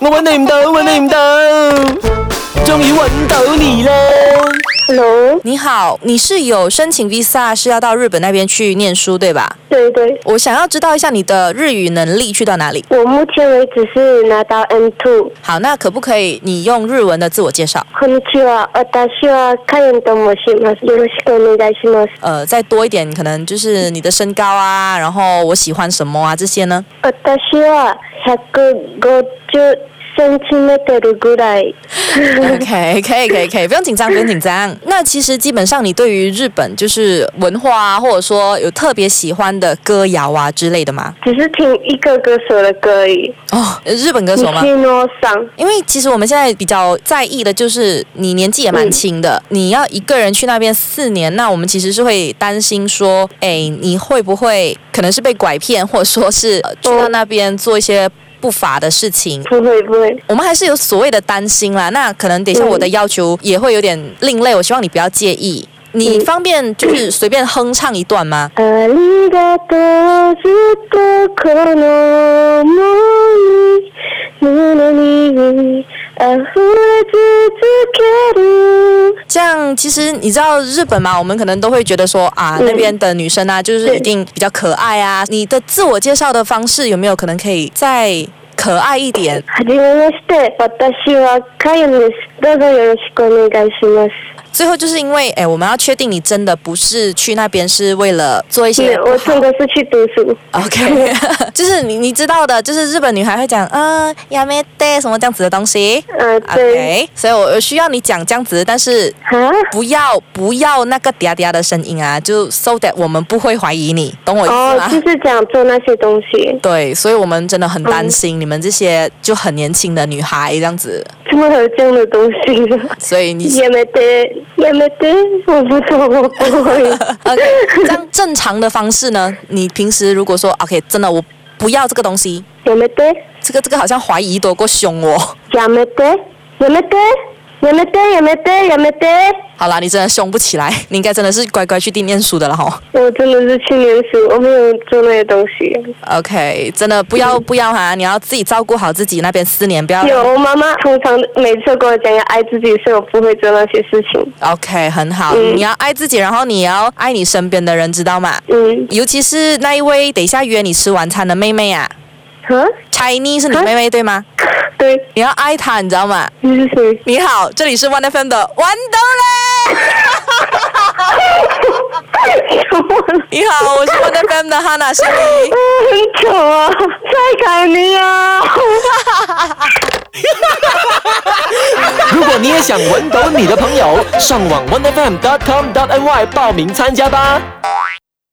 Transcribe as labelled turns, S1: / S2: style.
S1: 我揾你唔到，揾你唔到，終於揾到你啦！
S2: Hello，
S3: 你好，你是有申请 visa 是要到日本那边去念书对吧？
S2: 对对，
S3: 我想要知道一下你的日语能力去到哪里。
S2: 我目前为止是拿到 M two。
S3: 好，那可不可以你用日文的自我介绍？
S2: こんにちは。私はカヨンと申します。よろしくお願いします。
S3: 呃，再多一点，可能就是你的身高啊，然后我喜欢什么啊这些呢？
S2: 私は150センチメートルぐらい。
S3: OK，可以，可以，可以，不用紧张，不用紧张。那其实基本上，你对于日本就是文化啊，或者说有特别喜欢的歌谣啊之类的吗？
S2: 只是听一个歌手的歌而已。
S3: 哦，日本歌手吗？
S2: 西诺桑。
S3: 因为其实我们现在比较在意的就是你年纪也蛮轻的，你要一个人去那边四年，那我们其实是会担心说，哎，你会不会可能是被拐骗，或者说是、呃去到那边做一些不法的事情？
S2: 不会不会，
S3: 我们还是有所谓的担心啦。那可能等一下
S2: 嗯
S3: 我的要求也会有点另类，我希望你不要介意。你
S2: 嗯
S3: 方便就是随便哼唱一段吗？
S2: ありがとうずっとこの想い胸に溢れ続ける
S3: 像其实你知道日本嘛，我们可能都会觉得说啊，
S2: 嗯
S3: 那边的女生啊，就是一定比较可爱啊。你的自我介绍的方式有没有可能可以再可爱一点？
S2: はじめまして私はかゆみですどうぞよろしくお願いします
S3: 最后就是因为哎，我们要确定你真的不是去那边是为了做一
S2: い
S3: 些
S2: や我
S3: 不好
S2: 真的是去读书
S3: OK，就是 你你知道的，就是日本女孩会讲啊亚美得什么这样子的东西。
S2: 呃对
S3: OK，所以我需要你讲这样子，但是
S2: 哈
S3: 不要不要那个嗲嗲的声音啊，就 so that 我们不会怀疑你，懂我意思
S2: 哦
S3: 吗？
S2: 就是讲做那些东西
S3: 对，所以我们真的很担
S2: 嗯
S3: 心你们这些就很年轻的女孩这样子，
S2: 怎么会有这样的东西呢
S3: 所以你。
S2: やめてやめて我不懂我不会
S3: OK，这样正常的方式呢？你平时如果说 OK，真的我不要这个东西，
S2: やめて
S3: 这个这个好像怀疑多过凶我。
S2: やめて、やめて、やめて、やめて、やめて。
S3: 好啦，你真的凶不起来，你应该真的是乖乖去地念书的了哈。
S2: 我真的是去年书，我没有做那些东西。
S3: OK，真的不要不要哈，你要自己照顾好自己，那边四年不要。
S2: 嗯有，我妈妈通常每次跟我讲要爱自己，所以我不会做那些事情。
S3: OK，很好，
S2: 嗯
S3: 你要爱自己，然后你也要爱你身边的人，知道吗？
S2: 嗯，
S3: 尤其是那一位等一下约你吃晚餐的妹妹啊。
S2: 啊，
S3: Chinese 是你妹妹对吗？
S2: 对，
S3: 你要爱她，你知道吗？
S2: 你是谁？
S3: 你好，这里是 One FM 的豌豆嘞。
S2: 哎什么？
S3: 你好，我是 One FM 的 Hana 心怡。
S2: 啊，很丑啊，蔡凯妮啊！
S1: 如果你也想揾到你的朋友，上网 onefm.com.ny 报名参加吧。